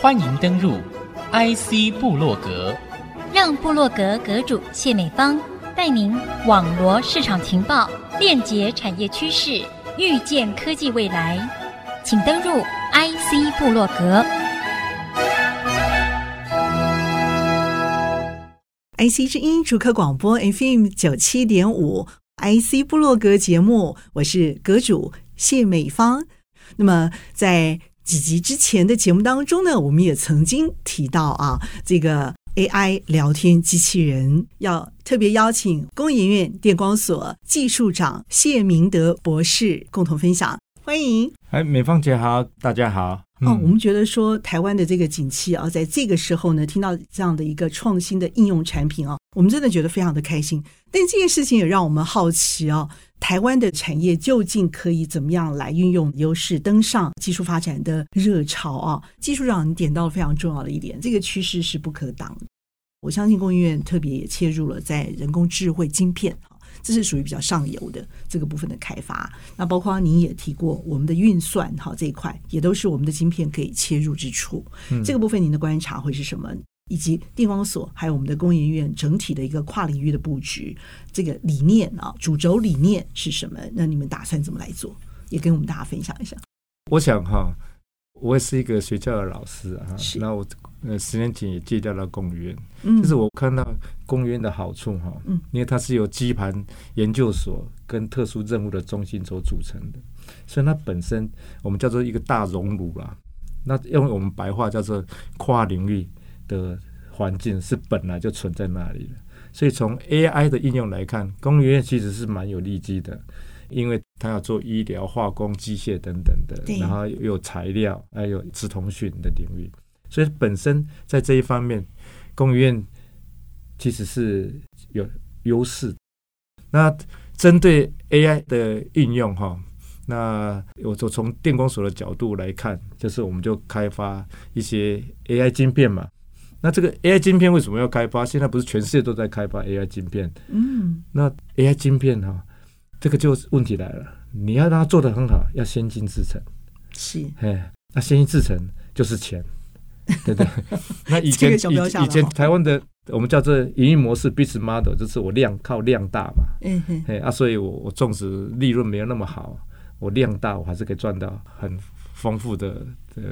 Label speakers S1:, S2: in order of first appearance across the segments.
S1: 欢迎登入 IC 部落格，
S2: 让部落格阁主谢美芳带您网罗市场情报，链接产业趋势，预见科技未来。请登入 IC 部落格。
S3: IC 之音主客广播 FM 九七点五 IC 部落格节目，我是阁主谢美芳。那么在几集之前的节目当中呢，我们也曾经提到啊，这个 AI 聊天机器人要特别邀请工研院电光所技术长谢明德博士共同分享，欢迎。
S4: 哎，美芳姐好，大家好。嗯
S3: 哦，我们觉得说台湾的这个景气啊，在这个时候呢，听到这样的一个创新的应用产品啊，我们真的觉得非常的开心。但这件事情也让我们好奇啊，台湾的产业究竟可以怎么样来运用优势，登上技术发展的热潮啊？技术上你点到了非常重要的一点，这个趋势是不可挡的。我相信工研院特别也切入了在人工智慧晶片啊，这是属于比较上游的这个部分的开发。那包括您也提过，我们的运算哈这一块也都是我们的晶片可以切入之处。
S4: 嗯
S3: 这个部分您的观察会是什么？以及电光所还有我们的工研院整体的一个跨领域的布局，这个理念啊，主轴理念是什么？那你们打算怎么来做？也跟我们大家分享一下。
S4: 我想哈，我也是一个学校的老师啊
S3: 是，
S4: 那我呃十年前也借调到公园，
S3: 嗯，
S4: 就是我看到公园的好处哈，
S3: 嗯
S4: 因为它是由基盘研究所跟特殊任务的中心所组成的，所以它本身我们叫做一个大熔炉啦。那用我们白话叫做跨领域的环境是本来就存在那里的，所以从 AI 的应用来看，工研院其实是蛮有利基的，因为它要做医疗、化工、机械等等的
S3: 对，
S4: 然后又有材料，还有直通讯的领域，所以本身在这一方面，工研院其实是有优势。那针对 AI 的应用哈，那我就从电工所的角度来看，就是我们就开发一些 AI 晶片嘛。那这个 AI 晶片为什么要开发？现在不是全世界都在开发 AI 晶片？
S3: 嗯，
S4: 那 AI 晶片哈、这个就是问题来了。你要让它做得很好，要先进制程。
S3: 是
S4: 哎，那先进制程就是钱，对不对？那以
S3: 这
S4: 前
S3: 个小标下
S4: 以
S3: 了
S4: 以前
S3: 哈
S4: 台湾的我们叫做营运模式 business model，就是我量靠量大嘛，
S3: 嗯哼，
S4: 哎啊，所以我我纵使利润没有那么好，我量大我还是可以赚到很丰富的的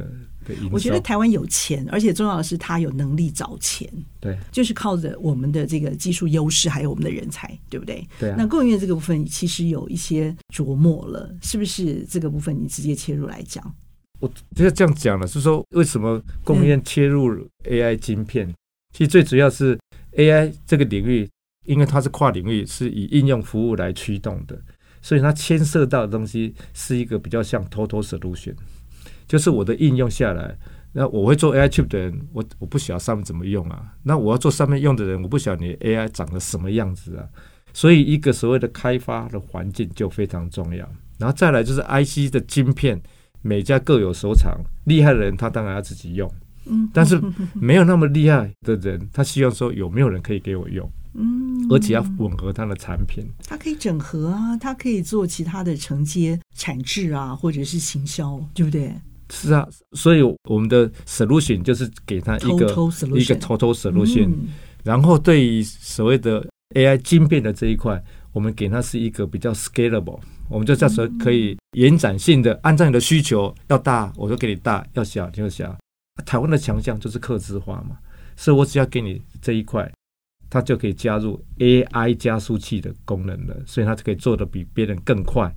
S4: 的营收。
S3: 我觉得台湾有钱，而且重要的是他有能力找钱，
S4: 对
S3: 就是靠着我们的这个技术优势，还有我们的人才，对不对？
S4: 对啊
S3: 那，工研院这个部分其实有一些琢磨了，是不是？这个部分你直接切入来讲，
S4: 我就是这样讲了，是说为什么供应链切入 AI 晶片？其实最主要是 AI 这个领域，因为它是跨领域，是以应用服务来驱动的，所以它牵涉到的东西是一个比较像 total solution，就是我的应用下来。那我会做 AI chip 的人，我我不晓得上面怎么用啊。那我要做上面用的人，我不晓得你 AI 长得什么样子啊。所以一个所谓的开发的环境就非常重要。然后再来就是 IC 的晶片，每家各有所长，厉害的人他当然要自己用，
S3: 嗯，
S4: 但是没有那么厉害的人，他希望说有没有人可以给我用，
S3: 嗯，
S4: 而且要吻合他的产品。
S3: 它可以整合啊，它可以做其他的承接、产制啊，或者是行销，对不对？
S4: 是啊，所以我们的 solution 就是给他一个
S3: Total solution
S4: 一个 total solution，、
S3: 嗯
S4: 然后对于所谓的 AI 晶片的这一块，我们给它是一个比较 scalable，我们就叫做可以延展性的，按照你的需求，要大我就给你大，要小就小。啊台湾的强项就是客制化嘛，所以我只要给你这一块，它就可以加入 AI 加速器的功能了，所以它就可以做得比别人更快、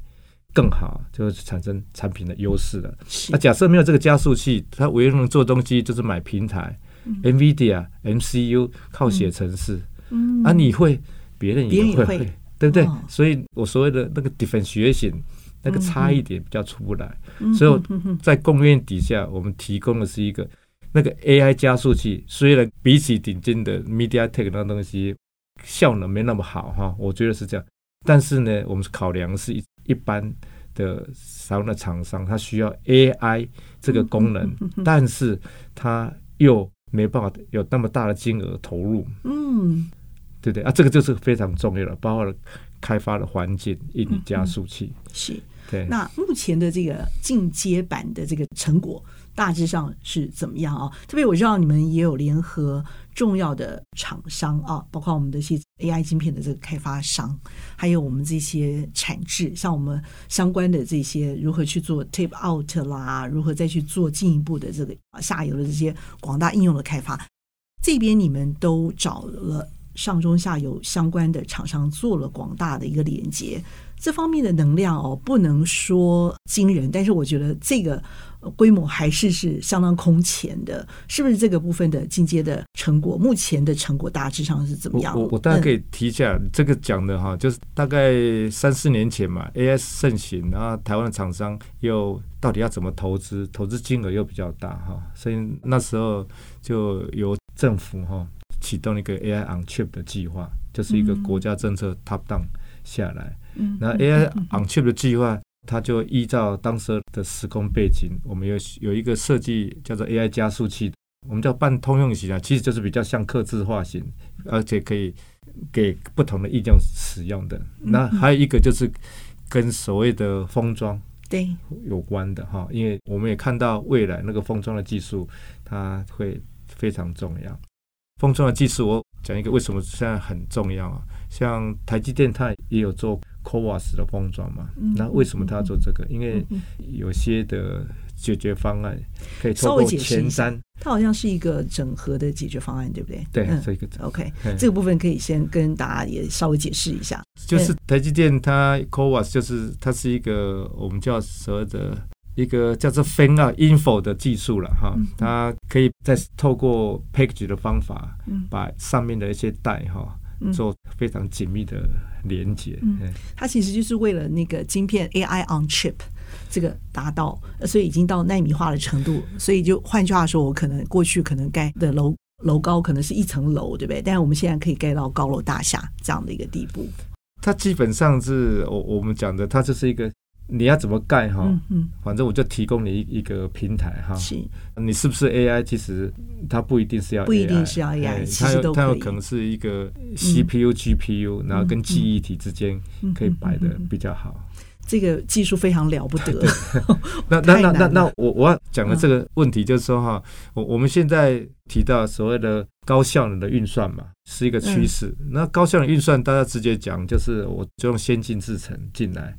S4: 更好，就是产生产品的优势了。
S3: 是
S4: 那、啊假设没有这个加速器，它唯一能做东西就是买平台、NVIDIA、MCU 靠写程式、
S3: 嗯
S4: 啊，你会，别人
S3: 别人也
S4: 也会，
S3: 会
S4: 对不对？
S3: 哦
S4: 所以我所谓的那个 differentiation 那个差异点比较出不来，
S3: 嗯
S4: 所以我
S3: 嗯嗯嗯
S4: 在供应链底下，我们提供的是一个那个 AI 加速器，虽然比起顶尖的 MediaTek 那东西效能没那么好哈，我觉得是这样，但是呢，我们考量是一一般。的台湾的厂商，它需要 AI 这个功能，但是它又没办法有那么大的金额投入，
S3: 嗯
S4: 对不对啊？这个就是非常重要的，包括了开发的环境、以及加速器，
S3: 是。
S4: 对
S3: 那目前的这个进阶版的这个成果大致上是怎么样啊？特别我知道你们也有联合重要的厂商啊，包括我们的一些 AI 晶片的这个开发商，还有我们这些产制，像我们相关的这些如何去做 tape out 啦，如何再去做进一步的这个啊下游的这些广大应用的开发，这边你们都找了上中下游相关的厂商做了广大的一个连接，这方面的能量哦，不能说惊人，但是我觉得这个呃规模还是是相当空前的，是不是？这个部分的进阶的成果，目前的成果大致上是怎么
S4: 我
S3: 样？
S4: 我我大概可
S3: 嗯
S4: 以提一下、这个讲的哈，就是大概三四年前嘛，AI 盛行，然后台湾的厂商又到底要怎么投资，投资金额又比较大哈，所以那时候就由政府哈启动一个 AI on chip 的计划，就是一个
S3: 嗯
S4: 国家政策 top down 下来。
S3: 嗯
S4: 那 AI on chip 的计划，它就依照当时的时空背景，我们有有一个设计叫做 AI 加速器，我们叫半通用型啊，其实就是比较像客制化型，而且可以给不同的应用使用的。
S3: 嗯
S4: 那还有一个就是跟所谓的封装
S3: 对，
S4: 有关的哈，因为我们也看到未来那个封装的技术，它会非常重要。封装的技术，我讲一个为什么现在很重要啊？像台积电它也有做 CoWAS 的封装嘛，
S3: 嗯
S4: 那为什么它要做这个？因为
S3: 嗯
S4: 有些的解决方案可以
S3: 稍
S4: 透
S3: 微
S4: 过
S3: 解释一
S4: 前
S3: 下
S4: 瞻，
S3: 它好像是一个整合的解决方案，对不对？
S4: 对
S3: 嗯
S4: 这个
S3: OK，
S4: 嗯
S3: 这个部分可以先跟大家也稍微解释一下。
S4: 就是台积电它 CoWAS 就是它是一个我们叫所谓的一个叫做 Fan Out Info 的技术了哈
S3: 嗯，
S4: 它可以再透过 Package 的方法
S3: 嗯，
S4: 把上面的一些带哈
S3: 嗯
S4: 做非常紧密的连接。
S3: 嗯
S4: 嗯
S3: 它其实就是为了那个晶片 AI on chip 这个达到，呃所以已经到纳米化的程度，所以就换句话说，我可能过去可能盖的楼楼高可能是一层楼，对不对？但是我们现在可以盖到高楼大厦这样的一个地步。
S4: 它基本上是我我们讲的，它就是一个你要怎么盖哈，
S3: 嗯嗯，
S4: 反正我就提供你一一个平台哈。
S3: 是
S4: 你是不是 AI？其实它不一定是要 AI,
S3: 不一定是要 AI
S4: 哎
S3: 其
S4: 它
S3: 实
S4: 有
S3: 都可
S4: 它有
S3: 以嗯
S4: 可能是一个 CPU、GPU，然后跟记忆体之间
S3: 嗯
S4: 可以摆的比较好。
S3: 这个技术非常了不 得。
S4: 那
S3: 哦太
S4: 那
S3: 难
S4: 那那
S3: 了嗯
S4: 那我我要讲的这个问题就是说哈，我我们现在提到所谓的高效能的运算嘛，是一个趋势。
S3: 嗯
S4: 那高效能运算，大家直接讲就是我就用先进制程进来，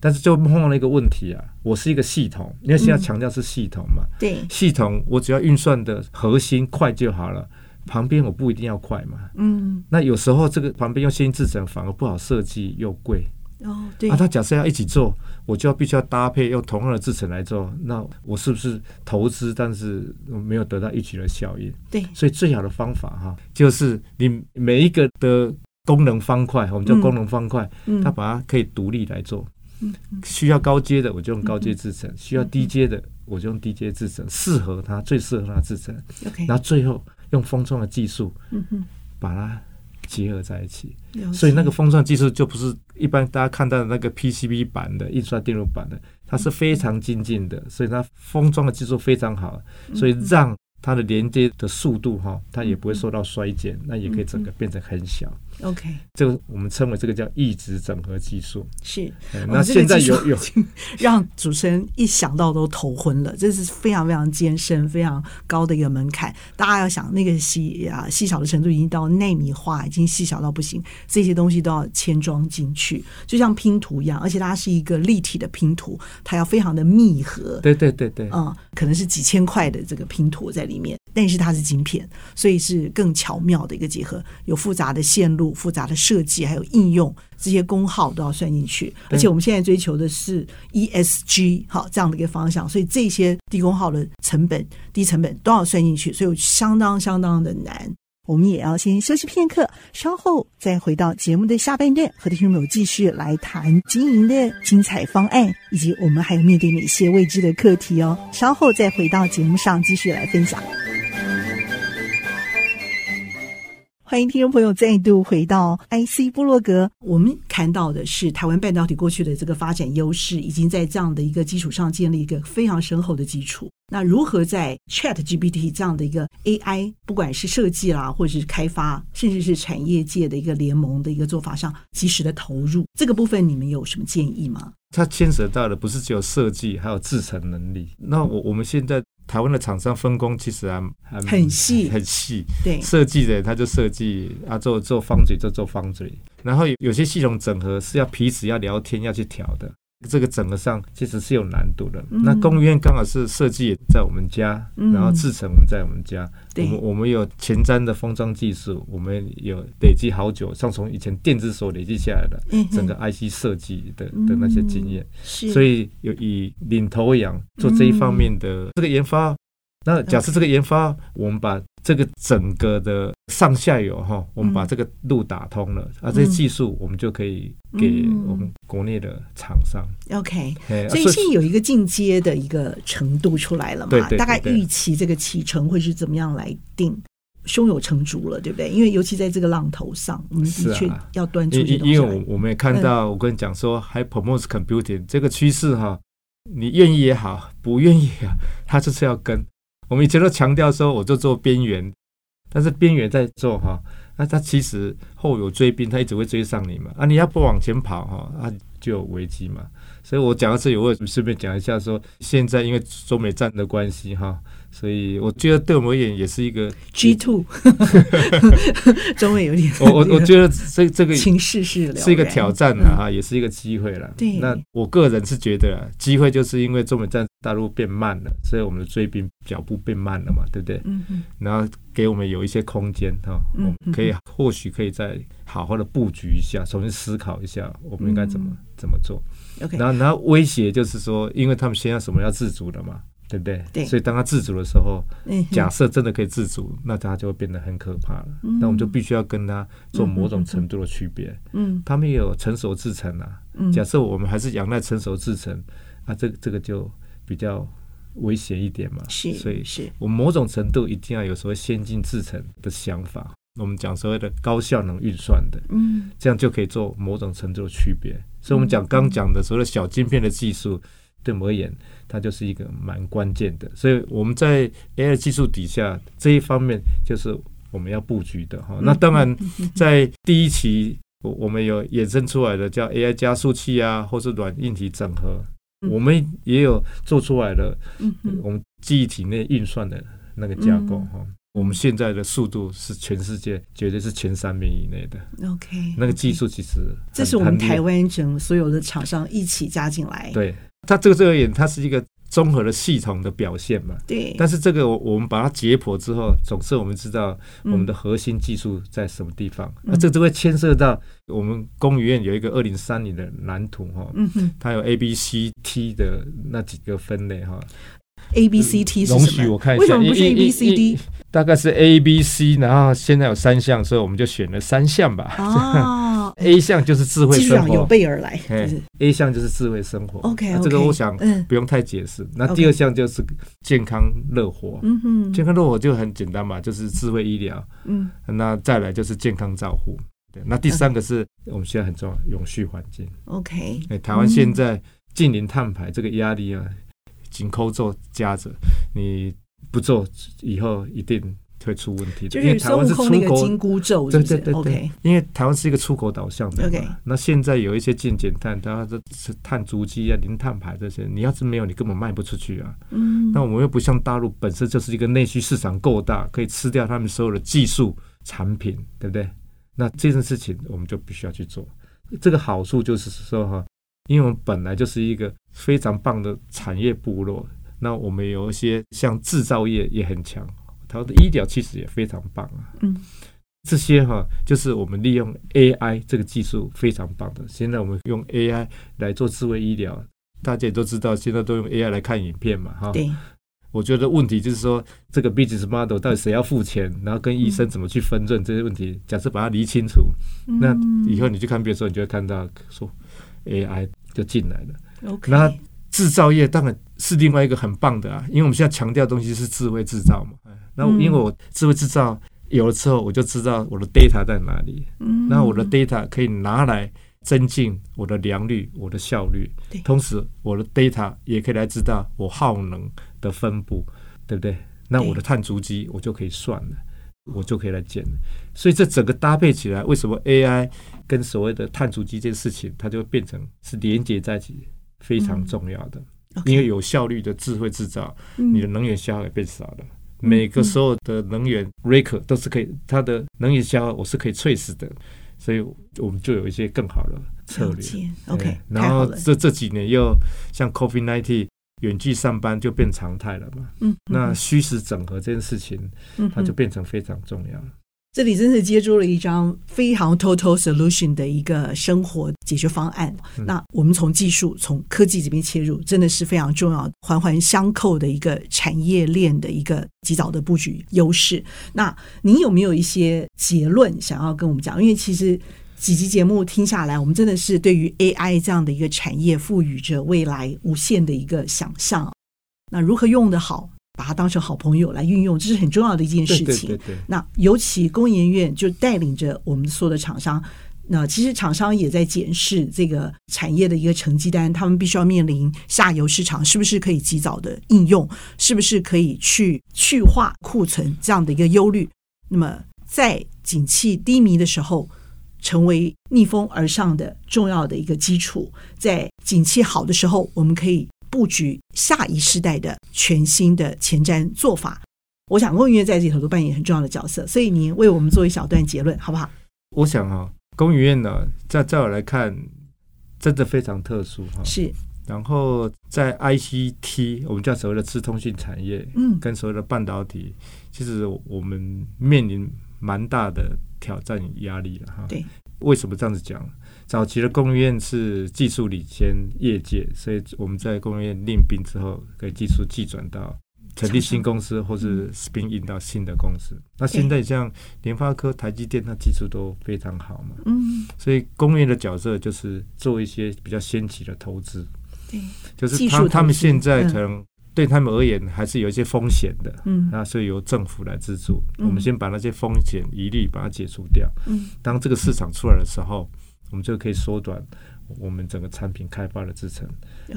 S4: 但是就碰到了一个问题啊，我是一个系统，因为现在
S3: 嗯
S4: 强调是系统嘛，
S3: 对，
S4: 系统，我只要运算的核心快就好了，旁边我不一定要快嘛。
S3: 嗯，
S4: 那有时候这个旁边用先进制程反而不好设计又贵
S3: 哦，对
S4: 啊。，他假设要一起做，我就要必须要搭配用同样的制程来做，那我是不是投资，但是没有得到预期的效应？
S3: 对，
S4: 所以最好的方法哈、就是你每一个的功能方块，我们叫
S3: 嗯
S4: 功能方块，
S3: 嗯
S4: 它把它可以独立来做。
S3: 嗯嗯
S4: 需要高阶的我就用高阶制程，需要低阶的我就用低阶制程，适合它最适合它的制程，
S3: ，OK，
S4: 然后最后用封装的技术
S3: 嗯嗯
S4: 把它结合在一起。
S3: 了解
S4: 所以那个封装技术就不是一般大家看到的那个 PCB 版的印刷电路板的，它是非常精进的，
S3: 嗯
S4: 所以它封装的技术非常好，所以让它的连接的速度
S3: 嗯
S4: 哈，它也不会受到衰减，那也可以整个变得很小。
S3: OK
S4: 这个我们称为这个叫异质整合技术。
S3: 是。
S4: 哎
S3: 哦
S4: 那
S3: 这个
S4: 现在
S3: 技术
S4: 有有
S3: 让主持人一想到都头昏了，这是非常非常艰深、非常高的一个门槛。大家要想那个细啊细小的程度已经到纳米化，已经细小到不行，这些东西都要嵌装进去，就像拼图一样，而且它是一个立体的拼图，它要非常的密合。
S4: 对对对对，
S3: 嗯，可能是几千块的这个拼图在里面，但是它是晶片，所以是更巧妙的一个结合，有复杂的线路、复杂的设计，还有应用，这些功耗都要算进去。而
S4: 对
S3: 且我们现在追求的是 E ESG 好这样的一个方向，所以这些低功耗的成本、低成本都要算进去，所以相当相当的难。我们也要先休息片刻，稍后再回到节目的下半段，和听众朋友继续来谈经营的精彩方案，以及我们还有面对哪些未知的课题哦。稍后再回到节目上继续来分享。欢迎听众朋友再度回到 IC 部落格。我们看到的是台湾半导体过去的这个发展优势，已经在这样的一个基础上建立一个非常深厚的基础。那如何在 Chat GPT 这样的一个 AI，不管是设计啦，或者是开发，甚至是产业界的一个联盟的一个做法上，及时的投入这个部分，你们有什么建议吗？
S4: 它牵扯到的不是只有设计，还有制成能力。那我我们现在台湾的厂商分工其实还还
S3: 很细
S4: 很细。
S3: 对，
S4: 设计的他就设计啊，做做方嘴就做方嘴，然后有有些系统整合是要彼此要聊天要去调的，这个整合上其实是有难度的。
S3: 嗯
S4: 那工研院刚好是设计也在我们家，
S3: 嗯
S4: 然后制成我们在我们家，我
S3: 对
S4: 们我们有前瞻的封装技术，我们有累积好久，像从以前电子所累积下来的
S3: 嗯哼嗯
S4: 整个 IC 设计的的那些经验。
S3: 是
S4: 所以有以领头羊做这一方面的、这个研发。那假
S3: 嗯
S4: 设这个研发，我们把这个整个的上下游哈，我们把
S3: 嗯
S4: 这个路打通了、啊，这些技术我们就可以给
S3: 嗯
S4: 我们国内的厂商。
S3: OK，
S4: 嘿啊
S3: 所以现在有一个进阶的一个程度出来了嘛？
S4: 对对对
S3: 大概
S4: 对
S3: 预期这个启程会是怎么样来定？胸有成竹了，对不对？因为尤其在这个浪头上，我们
S4: 是
S3: 的
S4: 啊
S3: 确要端出
S4: 因
S3: 这
S4: 因
S3: 东西
S4: 因为
S3: 来。嗯
S4: 我我们也看到，我跟你讲说，还 promote computing 这个趋势哈，你愿意也好，不愿意也好，它就是要跟。我们以前都强调说，我就做边缘，但是边缘在做哈，那它其实后有追兵，它一直会追上你嘛。啊，你要不往前跑哈，啊就有危机嘛。所以我讲到这里，我也顺便讲一下说，现在因为中美战的关系哈，所以我觉得对我们而言也是一个
S3: G two，中文有点
S4: 我我我觉得这这个
S3: 情势是了
S4: 是一个
S3: 然
S4: 挑战了哈，也是一个机会了。
S3: 嗯对
S4: 那我个人是觉得啊机会就是因为中美战大陆变慢了，所以我们的追兵脚步变慢了嘛，对不对？
S3: 嗯嗯
S4: 然后给我们有一些空间哈，我
S3: 嗯
S4: 们可以或许可以再好好的布局一下，重新思考一下我们应该
S3: 嗯
S4: 怎么怎么做。
S3: ，OK，
S4: 然后，然后威胁就是说，因为他们现在什么要自主了嘛，对不对？
S3: 对
S4: 所以当他自主的时候，
S3: 嗯哼
S4: 假设真的可以自主，那他就会变得很可怕了。那我们就必须要跟他做某种程度的区别。
S3: 嗯
S4: 他们也有成熟制程啊。
S3: 嗯
S4: 假设我们还是仰赖成熟制程，啊，这这个就比较危险一点嘛。
S3: 是，
S4: 所以
S3: 是
S4: 我们某种程度一定要有所谓先进制程的想法。我们讲所谓的高效能运算的，
S3: 嗯
S4: 这样就可以做某种程度的区别。所以，我们讲刚讲的所谓的小晶片的技术，对我们而言，它就是一个蛮关键的。所以我们在 AI 技术底下这一方面，就是我们要布局的
S3: 嗯
S4: 哈。那当然，在第一期我我们有衍生出来的叫 AI 加速器啊，或是软硬体整合，
S3: 嗯
S4: 我们也有做出来的
S3: 嗯嗯
S4: 我们记忆体内运算的那个架构哈。我们现在的速度是全世界绝对是前三名以内的。
S3: ，OK，
S4: 那个技术其实很
S3: 这是我们
S4: 很厉害
S3: 台湾整所有的厂商一起加进来，
S4: 对它这个这个演，它是一个综合的系统的表现嘛。
S3: 对，
S4: 但是这个我我们把它解剖之后，总是我们知道我
S3: 嗯
S4: 们的核心技术在什么地方。那、
S3: 嗯
S4: 这个就会牵涉到我们工研院有一个二零三零的蓝图哈、哦，
S3: 嗯哼
S4: 它有 A、B、C、T 的那几个分类哈、
S3: ，A B C T 是
S4: 容
S3: 什
S4: 许
S3: 么？
S4: 我看一下，
S3: 为什么不是
S4: 一
S3: A B C？
S4: 一一
S3: D
S4: 一大概是 A、B、C，然后现在有三项，所以我们就选了三项吧。
S3: 啊？
S4: A 项就是智慧
S3: 技术
S4: 生
S3: 长
S4: 活
S3: 有，备而来，就
S4: 哎
S3: 是
S4: A 项就是智慧生活啊
S3: OK，
S4: 那这个
S3: OK，
S4: 我想
S3: 嗯
S4: 不用太解释。那
S3: OK
S4: 第二项就是健康乐活，
S3: 嗯哼，
S4: 健康乐活就很简单嘛，就是智慧医疗。
S3: 嗯
S4: 那再来就是健康照护。对，那第三个是
S3: 嗯
S4: 我们现在很重要，永续环境。
S3: ，OK，
S4: 哎，台湾现在近零碳排这个压力啊，紧扣做加着，你不做以后一定会出问题
S3: 就
S4: 的。因为
S3: 是
S4: 台
S3: 孙
S4: 湾
S3: 悟
S4: 是
S3: 空那
S4: 出
S3: 个
S4: 口
S3: 金箍咒，是
S4: 对
S3: 不是
S4: 对对对
S3: o k
S4: 因为台湾是一个出口导向的嘛
S3: OK
S4: 那现在有一些进减碳，它的碳足迹啊、零碳排这些，你要是没有，你根本卖不出去啊。
S3: 嗯
S4: 那我们又不像大陆本身就是一个内需市场够大，可以吃掉他们所有的技术产品，对不对？那这件事情我们就必须要去做。这个好处就是说哈，因为我们本来就是一个非常棒的产业部落，那我们有一些像制造业也很强，它的医疗其实也非常棒啊。
S3: 嗯，
S4: 这些哈就是我们利用 AI 这个技术非常棒的。现在我们用 AI 来做智慧医疗，大家也都知道，现在都用 AI 来看影片嘛，哈。
S3: 对，
S4: 我觉得问题就是说，这个 business model 到底谁要付钱，然后跟医生怎么去分润这些问题，假设把它理清楚，那
S3: 嗯
S4: 以后你去看病的时候，你就会看到说 AI 就进来了。
S3: OK，
S4: 那制造业当然是另外一个很棒的啊，因为我们现在强调的东西是智慧制造嘛。那
S3: 嗯
S4: 因为我智慧制造有了之后，我就知道我的 data 在哪里，
S3: 嗯
S4: 那我的 data 可以拿来增进我的良率、我的效率
S3: 对，
S4: 同时我的 data 也可以来知道我耗能的分布，对不对？那
S3: 对
S4: 我的碳足迹我就可以算了，我就可以来减了。所以这整个搭配起来，为什么 AI 跟所谓的碳足迹这件事情，它就变成是连接在一起，非常重要的。
S3: 嗯 OK
S4: 因为有效率的智慧制造，
S3: 嗯
S4: 你的能源消耗也变少了。每个所有的能源 rake 都是可以，它的能源消耗我是可以脆死的，所以我们就有一些更好的策
S3: 了
S4: 略。
S3: 解 OK，
S4: 哎
S3: 太
S4: 然
S3: 好
S4: 后
S3: 了，
S4: 这这几年又像 COVID nineteen 远距上班就变常态了嘛，
S3: 嗯，
S4: 那虚实整合这件事情
S3: 嗯
S4: 它
S3: 嗯
S4: 就变成非常重要了。
S3: 这里真是接触了一张非常 total solution 的一个生活解决方案。
S4: 嗯
S3: 那我们从技术、从科技这边切入，真的是非常重要，环环相扣的一个产业链的一个及早的布局优势。那您有没有一些结论想要跟我们讲？因为其实。几集节目听下来，我们真的是对于 AI 这样的一个产业赋予着未来无限的一个想象。那如何用得好，把它当成好朋友来运用，这是很重要的一件事
S4: 对
S3: 情。
S4: 对对对，
S3: 那尤其工研院就带领着我们所有的厂商，那其实厂商也在检视这个产业的一个成绩单，他们必须要面临下游市场是不是可以及早的应用，是不是可以去去化库存这样的一个忧虑。那么在景气低迷的时候，成为逆风而上的重要的一个基础。在景气好的时候，我们可以布局下一世代的全新的前瞻做法。我想，公园在这里头都扮演很重要的角色，所以您为我们做一小段结论，好不好？
S4: 我想哈、工研院呢，在在我来看，真的非常特殊哈、
S3: 是，
S4: 然后在 ICT，我们叫所谓的资通讯产业，
S3: 嗯，
S4: 跟所谓的半导体，其实我们面临蛮大的挑战与压力了哈。
S3: 对，
S4: 为什么这样子讲？早期的工业院是技术领先业界，所以我们在工业院另兵之后，可以技术技转到成立新公司，或是 spin in 到新的公司。那现在像联发科、台积电，它技术都非常好嘛，
S3: 嗯，
S4: 所以工业的角色就是做一些比较先期的投资。
S3: 对，
S4: 就是
S3: 技术
S4: 他
S3: 投资
S4: 他们现在
S3: 嗯
S4: 可能对他们而言还是有一些风险的，
S3: 嗯
S4: 那所以由政府来资助。
S3: 嗯
S4: 我们先把那些风险疑虑把它解除掉。
S3: 嗯，
S4: 当这个市场出来的时候，我们就可以缩短我们整个产品开发的制程。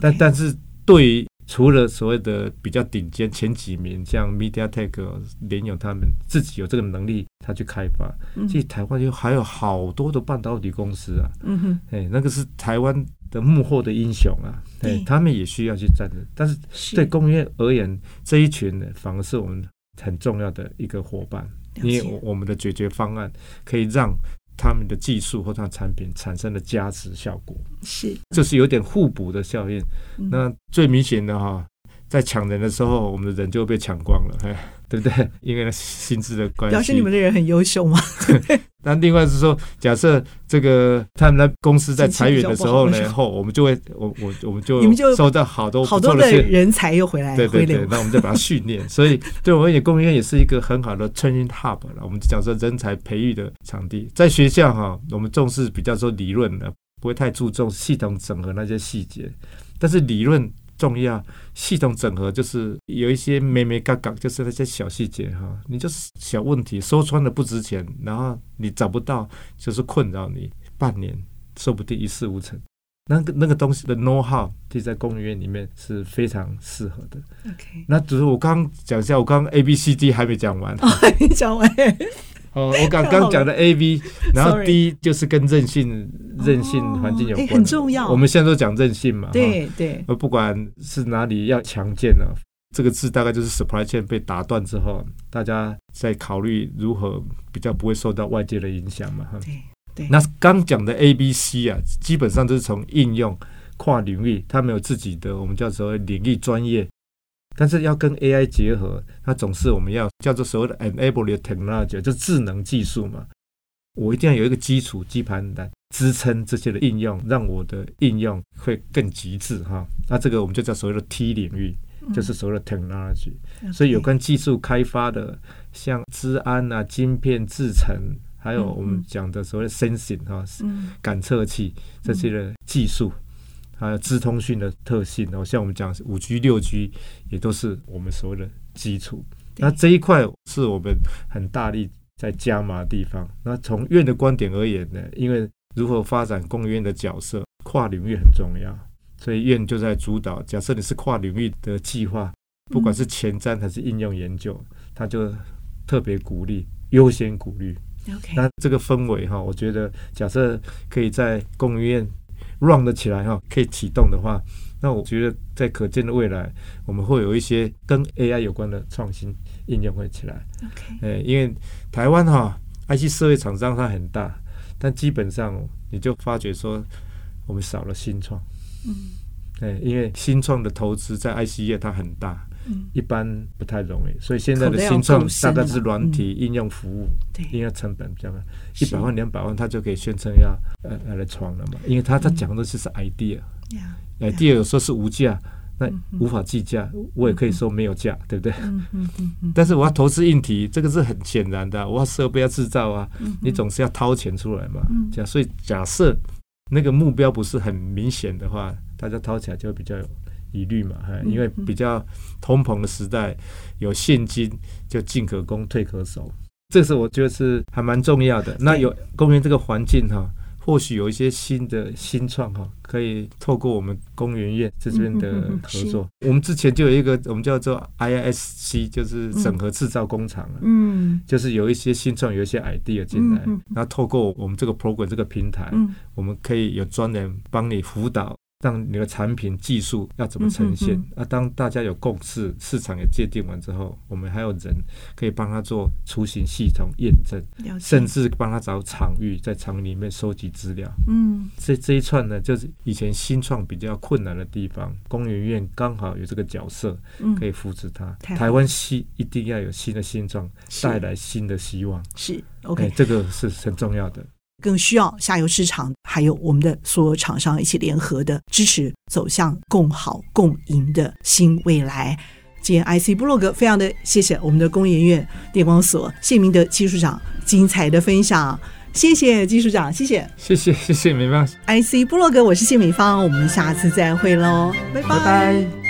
S4: 但
S3: OK，
S4: 但是对于除了所谓的比较顶尖前几名，像 MediaTek、联咏他们自己有这个能力，他去开发。
S3: 嗯
S4: 其实台湾有还有好多的半导体公司啊，
S3: 嗯哼，
S4: 哎，那个是台湾的幕后的英雄啊，
S3: 对
S4: 哎，他们也需要去站着。但是
S3: 是
S4: 对工业而言，这一群呢，反而是我们很重要的一个伙伴，
S3: 了
S4: 因为
S3: 解
S4: 我我们的解决方案可以让他们的技术或他的产品产生的加持效果，
S3: 是
S4: 这是有点互补的效应。
S3: 嗯
S4: 那最明显的哈。在抢人的时候，我们的人就被抢光了，嘿对不对？因为薪资的关系，
S3: 表示你们的人很优秀嘛？
S4: 那另外是说，假设这个他们的公司在
S3: 经济
S4: 裁员的时候
S3: 比较不好的时
S4: 呢，后我们就会，我我我们
S3: 你们就
S4: 就收到好多
S3: 好
S4: 不
S3: 多
S4: 错
S3: 的
S4: 讯，
S3: 人才又回来
S4: 对
S3: 回
S4: 对
S3: 流
S4: 对，，那我们再把它训练。所以对我而言，工研院也是一个很好的 training hub 了。我们讲说人才培育的场地，在学校哈、我们重视比较说理论的，不会太注重系统整合那些细节，但是理论。重要系统整合就是有一些眉眉嘎嘎，就是那些小细节哈，你就是小问题，说穿了不值钱，然后你找不到，就是困扰你半年，说不定一事无成。那个那个东西的 know how，其实在公园里面是非常适合的。
S3: OK，
S4: 那只是我刚刚讲一下，我刚刚 A B C D 还没讲完。
S3: 你讲完，
S4: 哦，我刚
S3: 太好了
S4: 刚讲的 A B，然后
S3: Sorry
S4: D 就是跟韧性、韧性环境有
S3: 哎
S4: 关的，
S3: 很重要
S4: 我们现在都讲韧性嘛，哈，
S3: 对对，
S4: 呃，不管是哪里要强健呢、这个字大概就是 supply chain 被打断之后，大家在考虑如何比较不会受到外界的影响嘛。哈
S3: 对，
S4: 那刚讲的 A、B、C 啊，基本上就是从应用跨领域，他们有自己的我们叫所谓领域专业，但是要跟 AI 结合，它总是我们要叫做所谓的 enable technology，就是智能技术嘛。我一定要有一个基础基盘来支撑这些的应用，让我的应用会更极致哈。那这个我们就叫所谓的 T 领域，就是所谓的 technology。
S3: 嗯
S4: 所以有
S3: OK，
S4: 关技术开发的，像治安啊、晶片制成，还有
S3: 嗯
S4: 我们
S3: 嗯
S4: 讲的所谓 sensing 哈、
S3: 嗯
S4: 感测器这些的技术，还有资通讯的特性哦，像我们讲五 G、六 G 也都是我们所谓的基础。
S3: 对
S4: 那这一块是我们很大力在加码的地方。那从院的观点而言呢，因为如何发展公院的角色，跨领域很重要，所以院就在主导。假设你是跨领域的计划，不管是前瞻还是应用研究，它就特别鼓励、优先鼓励。
S3: OK，
S4: 那这个氛围哈，我觉得假设可以在公务院 run 得起来哈，可以启动的话，那我觉得在可见的未来，我们会有一些跟 AI 有关的创新应用会起来。
S3: OK，
S4: 呃，因为台湾哈 IC 设备厂商它很大，但基本上你就发觉说我们少了新创。
S3: 嗯
S4: 哎，因为新创的投资在 IC 业它很大，
S3: 嗯，
S4: 一般不太容易，所以现在
S3: 口
S4: 的
S3: 袋要
S4: 新创
S3: 够深
S4: 大概
S3: 啊
S4: 是软体应用服务，
S3: 对，
S4: 因为成本比较高，
S3: 是
S4: 一百万两百万，他就可以宣称要呃呃来闯了嘛，因为他他讲的就是 idea，idea、
S3: 呀，
S4: idea 有时候是无价，那
S3: 嗯嗯
S4: 无法计价，我也可以说没有价，对不对？
S3: 嗯嗯嗯嗯，
S4: 但是我要投资硬体，这个是很显然的啊，我要设备要制造啊，你总是要掏钱出来嘛
S3: 嗯。
S4: 假所以假设那个目标不是很明显的话，大家掏起来就会比较有疑虑嘛，哎
S3: 嗯
S4: 因为比较通膨的时代，有现金就进可攻退可守，
S3: 嗯
S4: 这是我觉得是还蛮重要的。那有公园这个环境哈、或许有一些新的新创哈，可以透过我们工研院这边的
S3: 嗯嗯嗯嗯
S4: 合作。我们之前就有一个我们叫做 IISC，就是整合制造工厂啊，
S3: 嗯
S4: 就是有一些新创有一些 idea 进来
S3: 嗯嗯，
S4: 那、透过我们这个 program 这个平台，
S3: 嗯，
S4: 我们可以有专人帮你辅导。让你的产品技术要怎么呈现？
S3: 嗯嗯
S4: 啊，当大家有共识，市场也界定完之后，我们还有人可以帮他做雏形系统验证，
S3: 嗯了解
S4: 甚，至帮他找场域，在场域里面收集资料。
S3: 嗯
S4: 这这一串呢，就是以前新创比较困难的地方，工研院刚好有这个角色
S3: 嗯，
S4: 可以扶持它。
S3: 太好了
S4: 台湾西一定要有新的新创，
S3: 是
S4: 带来新的希望。
S3: 是
S4: 哎
S3: OK，
S4: 这个是很重要的。
S3: 更需要下游市场还有我们的所有厂商一起联合的支持，走向共好共赢的新未来。今天 IC 部落格非常的谢谢我们的工研院电光所谢明德技术长精彩的分享，谢谢技术长，谢谢
S4: 谢谢谢谢，没办法，
S3: IC 部落格，我是谢美芳，我们下次再会喽，拜
S4: 拜拜。